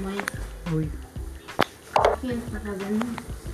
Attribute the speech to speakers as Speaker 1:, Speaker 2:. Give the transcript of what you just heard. Speaker 1: Mamãe,
Speaker 2: Oi.
Speaker 1: quem está fazendo?